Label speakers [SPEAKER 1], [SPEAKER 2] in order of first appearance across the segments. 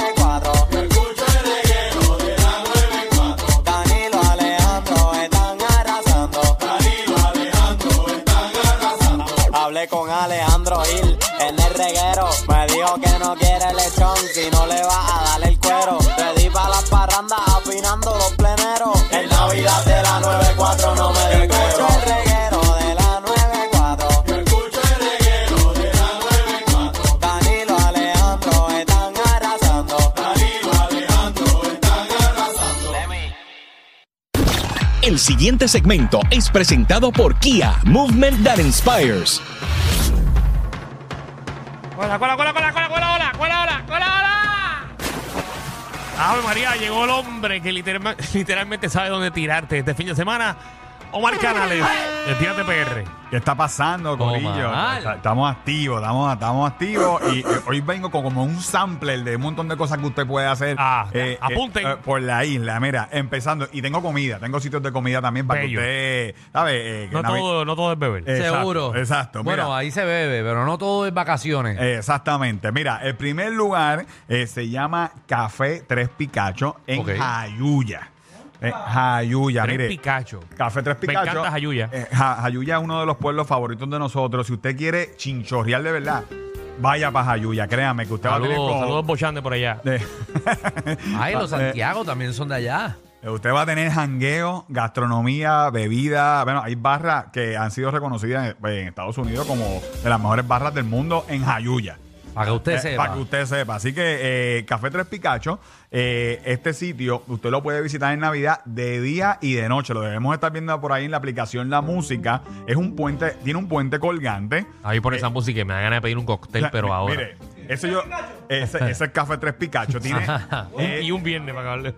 [SPEAKER 1] Danilo Alejandro están arrasando. Danilo Alejandro están arrasando. Hablé con Alejandro Gil en el reguero. Me dijo que no quiere lechón si no le va a dar el cuero. Te di pa' las parrandas afinando los pleneros. En Navidad de la 94 no me descuero. Escucho el reguero de la 94. escucho el reguero de la 94. Danilo Alejandro están arrasando. Danilo Alejandro están arrasando.
[SPEAKER 2] El siguiente segmento es presentado por Kia, Movement That Inspires.
[SPEAKER 3] ¡Hola, hola, hola, hola, hola, hola, hola, hola, hola, hola, hola! Ave María, llegó el hombre que literalme- literalmente sabe dónde tirarte este fin de semana. Omar Canales, de Tírate PR.
[SPEAKER 4] ¿Qué está pasando, Corillo?
[SPEAKER 3] mal.
[SPEAKER 4] Está- Estamos activos, estamos, estamos activos. Y eh, hoy vengo con como un sampler de un montón de cosas que usted puede hacer. eh,
[SPEAKER 3] Ah, apunten.
[SPEAKER 4] por la isla, mira, empezando. Y tengo comida, tengo sitios de comida también para
[SPEAKER 3] Bello.
[SPEAKER 4] que usted, ¿sabe? Eh, que
[SPEAKER 3] No
[SPEAKER 4] navi-
[SPEAKER 3] todo, no todo es beber.
[SPEAKER 4] Exacto,
[SPEAKER 5] Seguro.
[SPEAKER 4] Exacto.
[SPEAKER 5] Bueno,
[SPEAKER 4] mira.
[SPEAKER 5] ahí se bebe, pero no todo es vacaciones.
[SPEAKER 4] Eh, Exactamente. Mira, el primer lugar eh, se llama Café Tres Picacho en
[SPEAKER 5] Ok.
[SPEAKER 4] Jayuya. En Jayuya,
[SPEAKER 3] Tres
[SPEAKER 4] mire.
[SPEAKER 3] Picacho.
[SPEAKER 4] Café Tres
[SPEAKER 3] Me
[SPEAKER 4] Picacho.
[SPEAKER 3] encanta Jayuya.
[SPEAKER 4] Eh, Ja- Jayuya es uno de los pueblos favoritos de nosotros. Si usted quiere chinchorrear de verdad, vaya para Jayuya. Créame que usted va a tener
[SPEAKER 3] Saludos,
[SPEAKER 4] como-
[SPEAKER 3] saludos bochande por allá.
[SPEAKER 4] Eh,
[SPEAKER 5] Ay, los
[SPEAKER 4] eh,
[SPEAKER 5] Santiago también son de allá.
[SPEAKER 4] Usted va a tener jangueo, gastronomía, bebida. Bueno, hay barras que han sido reconocidas en, en Estados Unidos como de las mejores barras del mundo en Jayuya.
[SPEAKER 5] Para que usted
[SPEAKER 4] Eh,
[SPEAKER 5] sepa.
[SPEAKER 4] Para que usted sepa. Así que eh, Café Tres Picacho, eh, este sitio usted lo puede visitar en Navidad de día y de noche. Lo debemos estar viendo por ahí en la aplicación La Música. Es un puente, tiene un puente colgante.
[SPEAKER 3] Ahí por esa música me da ganas de pedir un cóctel,
[SPEAKER 4] La- mi-
[SPEAKER 3] pero ahora.
[SPEAKER 4] Mire, eso yo, ese, ese es Café Tres Picacho. Tiene, eh,
[SPEAKER 3] Un- y un viernes para acabarle.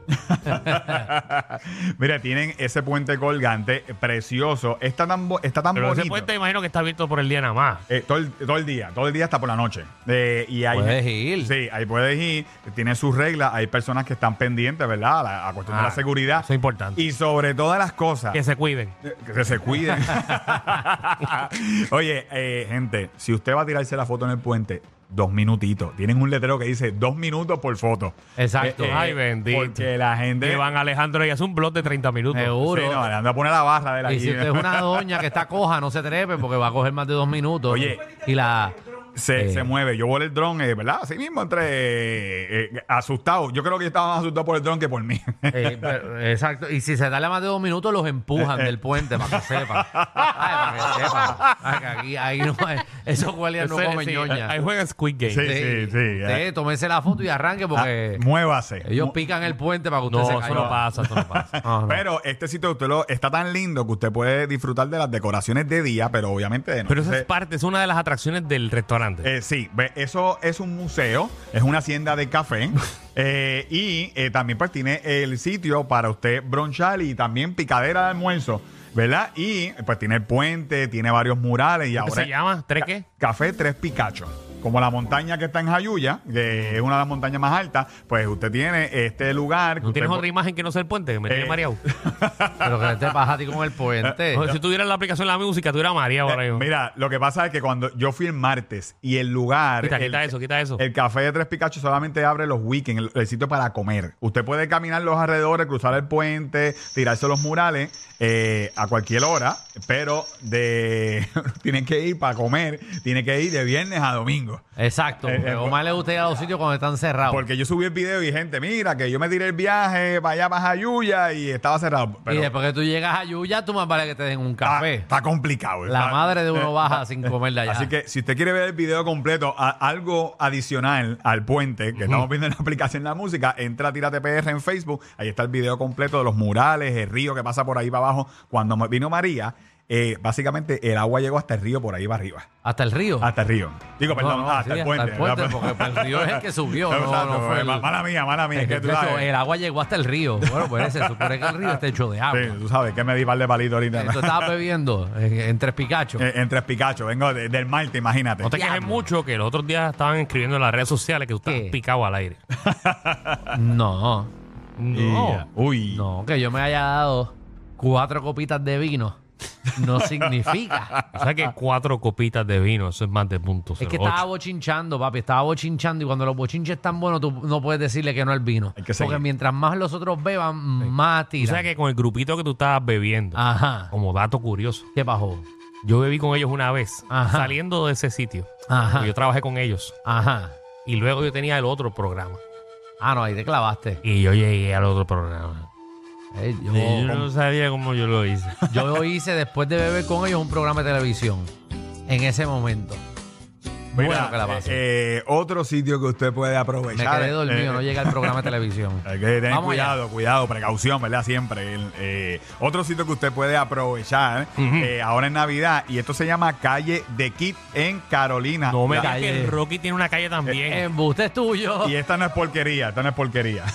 [SPEAKER 4] mira, tienen ese puente colgante precioso. Está tan, bo- está tan
[SPEAKER 3] Pero ese
[SPEAKER 4] bonito.
[SPEAKER 3] puente imagino que está abierto por el día nada más.
[SPEAKER 4] Eh, todo, el, todo el día, todo el día hasta por la noche. Eh, y ahí,
[SPEAKER 5] Puedes ir.
[SPEAKER 4] Sí, ahí puedes ir. Tiene sus reglas. Hay personas que están pendientes, ¿verdad? A, la, a cuestión de
[SPEAKER 3] Ah,
[SPEAKER 4] la seguridad.
[SPEAKER 3] eso es importante.
[SPEAKER 4] Y sobre todas las cosas,
[SPEAKER 3] Que se cuiden.
[SPEAKER 4] eh, que se, cuiden. Oye, eh, gente, si usted va a tirarse la foto en el puente, dos minutitos. Tienen un letrero que dice dos minutos por foto.
[SPEAKER 3] Exacto.
[SPEAKER 4] Eh, eh,
[SPEAKER 3] Ay, bendito.
[SPEAKER 4] Porque la gente...
[SPEAKER 3] Que van Alejandro y hace un blog de 30 minutos.
[SPEAKER 5] Seguro.
[SPEAKER 4] Sí, no, le anda a poner la barra de la
[SPEAKER 5] y si usted es una doña que está coja, no se trepe porque va a coger más de dos minutos.
[SPEAKER 4] Oye.
[SPEAKER 5] Y la.
[SPEAKER 4] Se,
[SPEAKER 5] Eh.
[SPEAKER 4] se mueve. Yo volé el dron, eh, ¿verdad? Así mismo, entre eh, eh, asustado. Yo creo que yo estaba más asustado por el dron que por mí.
[SPEAKER 5] eh, pero- exacto. Y si se tarda más de dos minutos, los empujan del puente para que sepan. Ay, para que sepan. Ay, que aquí, ahí no hay- Esos guardias no
[SPEAKER 3] Ese-
[SPEAKER 5] comen
[SPEAKER 3] sí,
[SPEAKER 5] ñoña.
[SPEAKER 3] Ahí juegan Squid Game.
[SPEAKER 4] Sí, sí, sí,
[SPEAKER 5] Usted tómese la foto y arranque
[SPEAKER 4] Ah,
[SPEAKER 5] porque
[SPEAKER 4] muévase.
[SPEAKER 5] ellos
[SPEAKER 4] Mu-
[SPEAKER 5] pican el puente para que usted
[SPEAKER 3] No,
[SPEAKER 5] se
[SPEAKER 3] eso
[SPEAKER 5] caiga.
[SPEAKER 3] no pasa, eso no pasa.
[SPEAKER 5] No, no.
[SPEAKER 4] Pero este sitio usted lo, está tan lindo que usted puede disfrutar de las decoraciones de día, pero obviamente de noche.
[SPEAKER 3] Pero esa es parte, es una de las atracciones del restaurante.
[SPEAKER 4] Eh, sí, ve, eso es un museo, es una hacienda de café eh, y eh, también pues tiene el sitio para usted bronchar y también picadera de almuerzo, ¿verdad? Y eh, pues tiene el puente, tiene varios murales y
[SPEAKER 3] ¿Cómo
[SPEAKER 4] ahora...
[SPEAKER 3] se llama? ¿Tres qué?
[SPEAKER 4] Café Tres Picacho. Como la montaña que está en Jayuya, que es una de las montañas más altas, pues usted tiene este lugar. que
[SPEAKER 3] ¿No tienes
[SPEAKER 4] usted-
[SPEAKER 3] otra imagen que no sea el puente? Me tiene
[SPEAKER 4] Eh,
[SPEAKER 3] mareado.
[SPEAKER 5] Pero que te pasa a ti con el puente.
[SPEAKER 3] O si tuvieras la aplicación de la música, tuviera mareado ahora
[SPEAKER 4] Eh,
[SPEAKER 3] mismo.
[SPEAKER 4] Mira, lo que pasa es que cuando yo fui el martes y el lugar.
[SPEAKER 3] Quita,
[SPEAKER 4] el,
[SPEAKER 3] quita eso, quita eso.
[SPEAKER 4] El café de Tres Picacho solamente abre los weekends, el, el sitio para comer. Usted puede caminar los alrededores, cruzar el puente, tirarse los murales, eh, a cualquier hora, pero de tienen que ir para comer, tienen que ir de viernes a domingo.
[SPEAKER 5] Exacto.
[SPEAKER 4] Eh, eh,
[SPEAKER 5] o más le gusta ir a los sitios cuando están cerrados.
[SPEAKER 4] Porque yo subí el video y gente, mira, que yo me tiré el viaje para allá, para Jayuya y estaba cerrado. Pero Ah,
[SPEAKER 5] y después que tú llegas a Yuya, tú más vale que te den un
[SPEAKER 4] está,
[SPEAKER 5] café.
[SPEAKER 4] está complicado.
[SPEAKER 5] la
[SPEAKER 4] está-
[SPEAKER 5] madre de uno baja sin comer de allá.
[SPEAKER 4] eh, ah, Así que si usted quiere ver el video completo, a- algo adicional al puente que estamos viendo en la aplicación La Música, entra a Tírate PR en Facebook. Ahí está el video completo de los murales, el río que pasa por ahí para abajo. Cuando ma- vino María, eh, básicamente el agua llegó hasta el río por ahí para arriba.
[SPEAKER 5] Hasta el río.
[SPEAKER 4] Hasta el río. Digo,
[SPEAKER 5] No,
[SPEAKER 4] perdón,
[SPEAKER 5] no,
[SPEAKER 4] ah, hasta,
[SPEAKER 5] sí,
[SPEAKER 4] el puente, ¿verdad?
[SPEAKER 5] porque pues, el río es el que subió. no,
[SPEAKER 4] Exacto,
[SPEAKER 5] no fue
[SPEAKER 4] ma-
[SPEAKER 5] el-
[SPEAKER 4] Mala mía, mala mía.
[SPEAKER 5] Es
[SPEAKER 4] es
[SPEAKER 5] que,
[SPEAKER 4] que tú
[SPEAKER 5] de hecho,
[SPEAKER 4] sabes.
[SPEAKER 5] el agua llegó hasta el río. Bueno, pues se supone que el río está hecho de agua.
[SPEAKER 4] Sí, tú sabes que me di par de palitos ahorita.
[SPEAKER 5] Eh, Tú estabas bebiendo eh, entre Pikachu.
[SPEAKER 4] Eh, Entre Pikachu, vengo de- del Marte, imagínate.
[SPEAKER 3] No te quejes mucho que los otros días estaban escribiendo en las redes sociales que tú
[SPEAKER 5] ¿Qué?
[SPEAKER 3] estás picado al aire.
[SPEAKER 5] No,
[SPEAKER 3] No.
[SPEAKER 4] Uy.
[SPEAKER 5] no, que yo me haya dado cuatro copitas de vino no significa.
[SPEAKER 3] O sea que cuatro copitas de vino, eso es más de punto.
[SPEAKER 5] Es que
[SPEAKER 3] 08.
[SPEAKER 5] estaba bochinchando, papi, estaba bochinchando y cuando los bochinches están buenos tú no puedes decirle que no al vino.
[SPEAKER 4] Hay que seguir.
[SPEAKER 5] Porque mientras más los otros beban, más
[SPEAKER 3] O
[SPEAKER 5] tiran.
[SPEAKER 3] sea que con el grupito que tú estabas bebiendo,
[SPEAKER 5] Ajá.
[SPEAKER 3] como dato curioso,
[SPEAKER 5] ¿Qué pasó?
[SPEAKER 3] yo bebí con ellos una vez,
[SPEAKER 5] Ajá.
[SPEAKER 3] saliendo de ese sitio.
[SPEAKER 5] Ajá.
[SPEAKER 3] Yo trabajé con ellos
[SPEAKER 5] Ajá.
[SPEAKER 3] y luego yo tenía el otro programa.
[SPEAKER 5] Ah, no, ahí te clavaste.
[SPEAKER 3] Y yo llegué al otro programa.
[SPEAKER 5] Eh, yo,
[SPEAKER 3] Y yo no sabía cómo yo lo hice.
[SPEAKER 5] yo lo hice después de beber con ellos un programa de televisión. En ese momento.
[SPEAKER 4] Mira,
[SPEAKER 5] bueno que la pasé.
[SPEAKER 4] eh, eh, otro sitio que usted puede
[SPEAKER 5] Me
[SPEAKER 4] aprovechar.
[SPEAKER 5] quedé dormido,
[SPEAKER 4] eh,
[SPEAKER 5] no llegué al programa de televisión.
[SPEAKER 4] Hay que tener
[SPEAKER 5] Vamos
[SPEAKER 4] cuidado, cuidado, precaución, ¿verdad? Siempre. El, eh, otro sitio que usted puede aprovechar eh, ahora en Navidad, y esto se llama Calle de Kit en Carolina.
[SPEAKER 3] No me
[SPEAKER 4] La-
[SPEAKER 3] digas que
[SPEAKER 5] calle.
[SPEAKER 3] el Rocky tiene una calle también.
[SPEAKER 5] Embuste es tuyo.
[SPEAKER 4] Y esta no es porquería, esta no es porquería.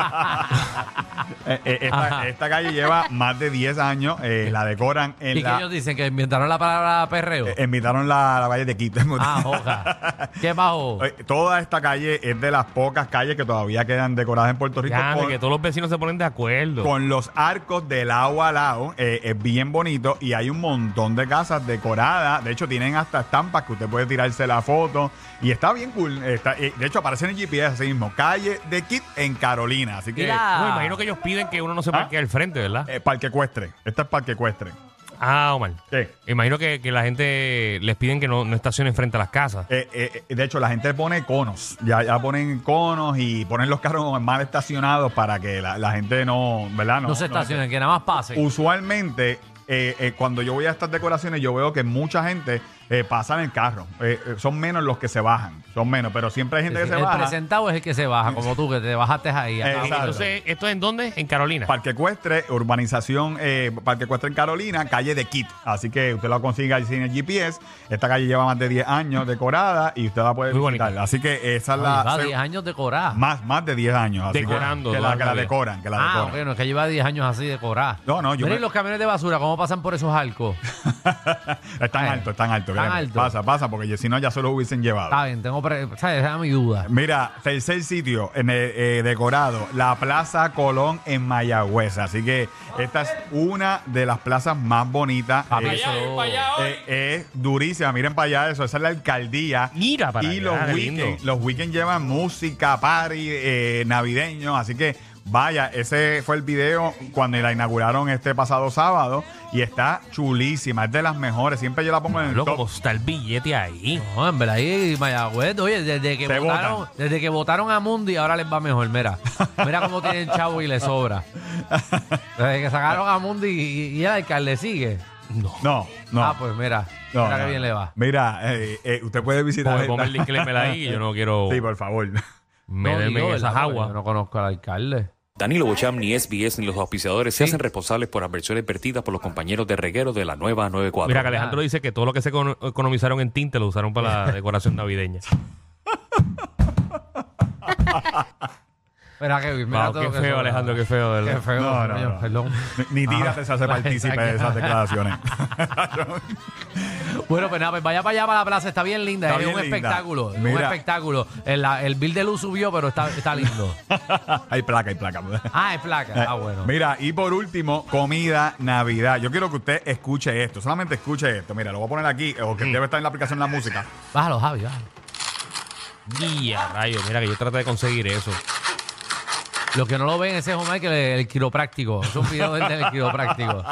[SPEAKER 4] Eh, eh, esta,
[SPEAKER 5] Ah. Ajá.
[SPEAKER 4] esta calle lleva más de 10 años, eh, la decoran en
[SPEAKER 5] ¿Y que
[SPEAKER 4] la...
[SPEAKER 5] ellos dicen? ¿Que inventaron la palabra perreo?
[SPEAKER 4] eh, invitaron la, la calle de Kit.
[SPEAKER 5] ah, joja. ¿Qué bajo?
[SPEAKER 4] Eh, Toda esta calle es de las pocas calles que todavía quedan decoradas en Puerto Rico.
[SPEAKER 3] Ya, de
[SPEAKER 4] con-
[SPEAKER 3] que todos los vecinos se ponen de acuerdo.
[SPEAKER 4] con los arcos de lado a lado. eh, es bien bonito y hay un montón de casas decoradas. De hecho, tienen hasta estampas que usted puede tirarse la foto. Y está bien cool. Está- eh, de hecho, aparece en el GPS así mismo. Calle de Kit en Carolina. Así que
[SPEAKER 5] Mira.
[SPEAKER 3] No, imagino que ellos piden que uno no se parque al frente, ¿verdad?
[SPEAKER 4] eh, Parque Ecuestre. Esta es Parque Ecuestre.
[SPEAKER 3] Ah, Omar.
[SPEAKER 4] ¿Qué?
[SPEAKER 3] Imagino que, que la gente les piden que no, no estacionen frente a las casas.
[SPEAKER 4] Eh, eh, eh, de hecho, la gente pone conos. Ya, ya ponen conos y ponen los carros mal estacionados para que la, la gente no, ¿verdad?
[SPEAKER 5] no, se estacionen, que nada más pase.
[SPEAKER 4] usualmente eh, eh, cuando yo voy a estas decoraciones yo veo que mucha gente eh, pasa en el carro. Eh, eh, son menos los que se bajan, son menos, pero siempre hay gente que se
[SPEAKER 5] el
[SPEAKER 4] baja.
[SPEAKER 5] presentado es el que se baja, como tú, que te bajaste ahí.
[SPEAKER 4] Eh,
[SPEAKER 5] acá.
[SPEAKER 4] exacto.
[SPEAKER 3] Entonces, ¿esto es en dónde? En Carolina.
[SPEAKER 4] Parque Ecuestre, urbanización eh, Parque Ecuestre en Carolina, calle de Kit. Así que usted la consigue ahí sin el GPS. Esta calle lleva más de 10 años decorada y usted la puede
[SPEAKER 3] Muy
[SPEAKER 4] visitar.
[SPEAKER 3] bonita.
[SPEAKER 4] Así que esa es
[SPEAKER 5] Ay, va
[SPEAKER 4] la...
[SPEAKER 5] 10 años decorada.
[SPEAKER 4] Ah. más, más de 10 años. así que-
[SPEAKER 3] Decorando
[SPEAKER 4] Que, la, que la
[SPEAKER 3] todavía.
[SPEAKER 4] decoran, que la
[SPEAKER 5] ah,
[SPEAKER 4] decoran.
[SPEAKER 5] ok, no, es que lleva 10 años así decorada.
[SPEAKER 4] No, no, yo
[SPEAKER 5] Miren
[SPEAKER 4] me-
[SPEAKER 5] los camiones de basura, ¿cómo pasan por esos arcos?
[SPEAKER 4] Están
[SPEAKER 5] Ay,
[SPEAKER 4] alto, están alto.
[SPEAKER 5] están
[SPEAKER 4] créeme.
[SPEAKER 5] alto.
[SPEAKER 4] Pasa, pasa, porque si no ya se lo hubiesen llevado.
[SPEAKER 5] Está bien, tengo... pre- ¿Sabes? Esa era mi duda.
[SPEAKER 4] Mira, tercer sitio en el, eh, decorado, la Plaza Colón en Mayagüez. Así que esta es una de las plazas más bonitas.
[SPEAKER 5] Papi,
[SPEAKER 4] Eh,
[SPEAKER 5] eso-
[SPEAKER 3] Oh,
[SPEAKER 4] eh, es durísima, miren para allá eso, esa es la alcaldía.
[SPEAKER 3] Mira para
[SPEAKER 4] y
[SPEAKER 3] allá,
[SPEAKER 4] los
[SPEAKER 3] qué
[SPEAKER 4] weekends,
[SPEAKER 3] lindo.
[SPEAKER 4] los weekends llevan música, party, eh, navideño, así que vaya, ese fue el video cuando la inauguraron este pasado sábado y está chulísima, es de las mejores, siempre yo la pongo en el
[SPEAKER 3] Loco,
[SPEAKER 4] top.
[SPEAKER 3] está el billete ahí.
[SPEAKER 5] No, en verdad, ahí Mayagüez, oye, desde que
[SPEAKER 4] Te
[SPEAKER 5] votaron,
[SPEAKER 4] botan.
[SPEAKER 5] desde que votaron a Mundi, ahora les va mejor, mira. Mira cómo tienen chavo y le sobra. Desde que sacaron a Mundi y, y el alcalde sigue.
[SPEAKER 4] No, no.
[SPEAKER 5] Ah, pues mira,
[SPEAKER 4] No,
[SPEAKER 5] mira
[SPEAKER 4] no,
[SPEAKER 5] que bien
[SPEAKER 4] no.
[SPEAKER 5] le va.
[SPEAKER 4] Mira, eh, eh, usted puede visitar.
[SPEAKER 3] Ponme el disclaimer ahí que yo no quiero
[SPEAKER 4] Sí, por favor.
[SPEAKER 3] meterme
[SPEAKER 5] digo,
[SPEAKER 3] en esas
[SPEAKER 5] ¿verdad? Porque
[SPEAKER 3] aguas.
[SPEAKER 5] Yo no conozco al alcalde.
[SPEAKER 6] Danilo Bocham, ni SBS, ni los auspiciadores se hacen responsables por adversiones vertidas por los compañeros de reguero de la nueva 94.
[SPEAKER 3] Mira, que Alejandro dice que todo lo que se econo- economizaron en tinte lo usaron para la decoración navideña.
[SPEAKER 5] Mira que bien, mira
[SPEAKER 3] Wow,
[SPEAKER 5] todo
[SPEAKER 3] qué
[SPEAKER 5] lo que
[SPEAKER 3] feo,
[SPEAKER 5] sobra.
[SPEAKER 3] Alejandro, qué feo, ¿verdad?
[SPEAKER 5] Qué feo,
[SPEAKER 4] No, no,
[SPEAKER 5] coño,
[SPEAKER 4] no.
[SPEAKER 5] perdón.
[SPEAKER 4] Ni ni tírate se hace
[SPEAKER 5] Ah,
[SPEAKER 4] partícipe de esas
[SPEAKER 5] exacto.
[SPEAKER 4] declaraciones.
[SPEAKER 5] Bueno, pues nada, pues vaya para allá para la plaza, está bien linda,
[SPEAKER 4] Está
[SPEAKER 5] es
[SPEAKER 4] bien
[SPEAKER 5] un
[SPEAKER 4] linda.
[SPEAKER 5] espectáculo, es un
[SPEAKER 4] Mira.
[SPEAKER 5] espectáculo. El, la- el bill de luz subió, pero está, está lindo.
[SPEAKER 4] hay placa, hay placa.
[SPEAKER 5] Ah, es placa,
[SPEAKER 4] Eh,
[SPEAKER 5] ah, bueno.
[SPEAKER 4] Mira, y por último, comida Navidad. Yo quiero que usted escuche esto, solamente escuche esto. Mira, lo voy a poner aquí, o que debe estar en la aplicación la música.
[SPEAKER 5] Bájalo, Javi, bájalo.
[SPEAKER 3] Guía, rayo, mira que yo traté de conseguir eso.
[SPEAKER 5] Los que no lo ven, ese es Omar, que le- el quiropráctico. Es un video del, del quiropráctico.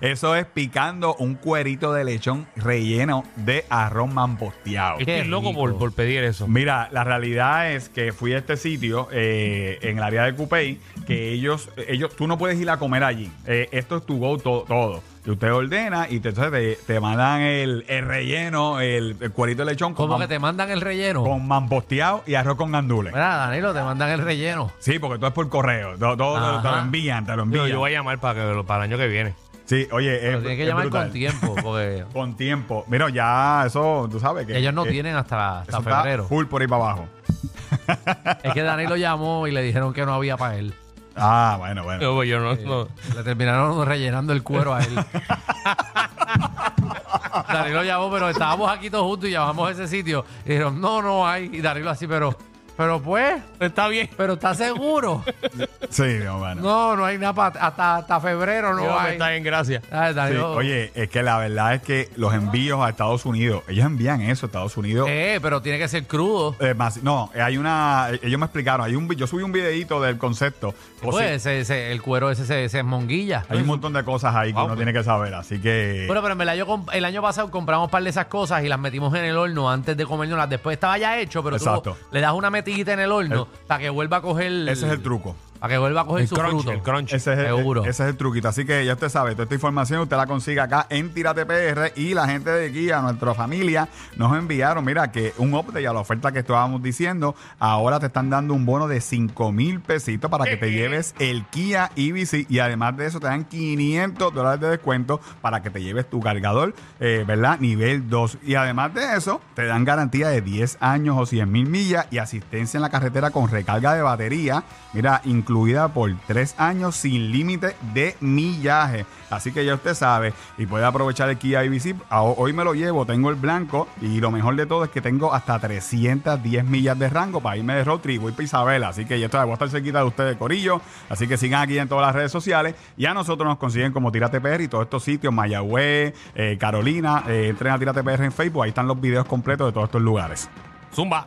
[SPEAKER 4] Eso es picando un cuerito de lechón relleno de arroz mamposteado.
[SPEAKER 5] Qué
[SPEAKER 3] Estoy loco
[SPEAKER 5] rico.
[SPEAKER 3] por, por pedir eso.
[SPEAKER 4] Mira, la realidad es que fui a este sitio eh, en el área de Coupey que ellos, ellos, tú no puedes ir a comer allí. Eh, esto es tu go to- todo. Y usted ordena y te, entonces te, te mandan el, el relleno, el, el cuerito de lechón con,
[SPEAKER 5] Como que
[SPEAKER 4] mam-
[SPEAKER 5] te mandan el relleno.
[SPEAKER 4] con mamposteado y arroz con gandules.
[SPEAKER 5] Oh. Mira, Danilo, te mandan el relleno.
[SPEAKER 4] Sí, porque todo es por correo. Todo, todo te, lo- te lo
[SPEAKER 5] Ajá.
[SPEAKER 4] envían, te lo
[SPEAKER 3] Yo,
[SPEAKER 4] envían.
[SPEAKER 3] yo voy a llamar para, que, para el año que viene.
[SPEAKER 4] Sí, oye, es,
[SPEAKER 5] Pero tienes que
[SPEAKER 4] es
[SPEAKER 5] llamar
[SPEAKER 4] brutal.
[SPEAKER 5] con tiempo, porque
[SPEAKER 4] Con tiempo. Mira, ya eso, tú sabes que...
[SPEAKER 5] ellos no
[SPEAKER 4] que-
[SPEAKER 5] tienen hasta,
[SPEAKER 4] eso
[SPEAKER 5] hasta
[SPEAKER 4] está
[SPEAKER 5] febrero.
[SPEAKER 4] full por ahí para abajo.
[SPEAKER 5] Es que Danilo llamó y le dijeron que no había para él.
[SPEAKER 4] Ah, bueno, bueno.
[SPEAKER 3] Yo, yo no, no.
[SPEAKER 5] Le terminaron rellenando el cuero a él. Danilo llamó, pero estábamos aquí todos juntos y llamamos a ese sitio. Y dijeron, no, no hay. Y Danilo así, pero, pero pues,
[SPEAKER 3] Está bien.
[SPEAKER 5] pero ¿estás seguro?
[SPEAKER 4] Sí, no, bueno.
[SPEAKER 5] No, no hay nada pa- hasta, hasta febrero, no
[SPEAKER 3] Yo,
[SPEAKER 5] hay.
[SPEAKER 3] Está bien, gracias.
[SPEAKER 5] Ay,
[SPEAKER 4] Sí,
[SPEAKER 5] Danilo,
[SPEAKER 4] oye, es que la verdad es que los envíos a Estados Unidos, ellos envían eso a Estados Unidos.
[SPEAKER 5] Eh, pero tiene que ser crudo.
[SPEAKER 4] Eh, más- no, eh, hay una, eh, ellos me explicaron, hay un, vi- yo subí un videito del concepto. O
[SPEAKER 5] Pues
[SPEAKER 4] sí,
[SPEAKER 5] ese- ese- el cuero ese se, se monguilla.
[SPEAKER 4] hay un montón de cosas ahí que uno tiene que saber, así que...
[SPEAKER 5] Bueno, pues. pero en verdad yo comp- el año pasado compramos un par de esas cosas y las metimos en el horno antes de comérnoslas. Después estaba ya hecho, pero tú
[SPEAKER 4] Exacto.
[SPEAKER 5] lo- le das una metidita en el horno para que vuelva a coger...
[SPEAKER 4] ese es el truco.
[SPEAKER 5] Para que vuelva a coger
[SPEAKER 3] El
[SPEAKER 5] su
[SPEAKER 3] crunch,
[SPEAKER 5] fruto.
[SPEAKER 3] el crunch.
[SPEAKER 4] Ese es, el- eh,
[SPEAKER 5] Seguro.
[SPEAKER 4] ese es el truquito. Así que ya usted sabe, toda esta información usted la consigue acá en Tírate PR y la gente de Guía, nuestra familia, nos enviaron, mira, que un update a la oferta que estábamos diciendo, ahora te están dando un bono de 5 mil pesitos para que te lleves el Kia EVC y además de eso te dan 500 dólares de descuento para que te lleves tu cargador, eh, ¿verdad? Nivel 2. Y además de eso, te dan garantía de 10 años o 100 mil millas y asistencia en la carretera con recarga de batería, mira, incluida por 3 años sin límite de millaje. Así que ya usted sabe y puede aprovechar el Kia IBC. Hoy me lo llevo, tengo el blanco y lo mejor de todo es que tengo hasta 310 millas de rango para irme de road trip. Voy para Isabela, así que ya está, voy a estar cerquita de ustedes, Corillo. Así que sigan aquí en todas las redes sociales y a nosotros nos consiguen como Tírate PR y todos estos sitios, Mayagüez, eh, Carolina, eh, entren a Tírate PR en Facebook, ahí están los videos completos de todos estos lugares.
[SPEAKER 3] Zumba.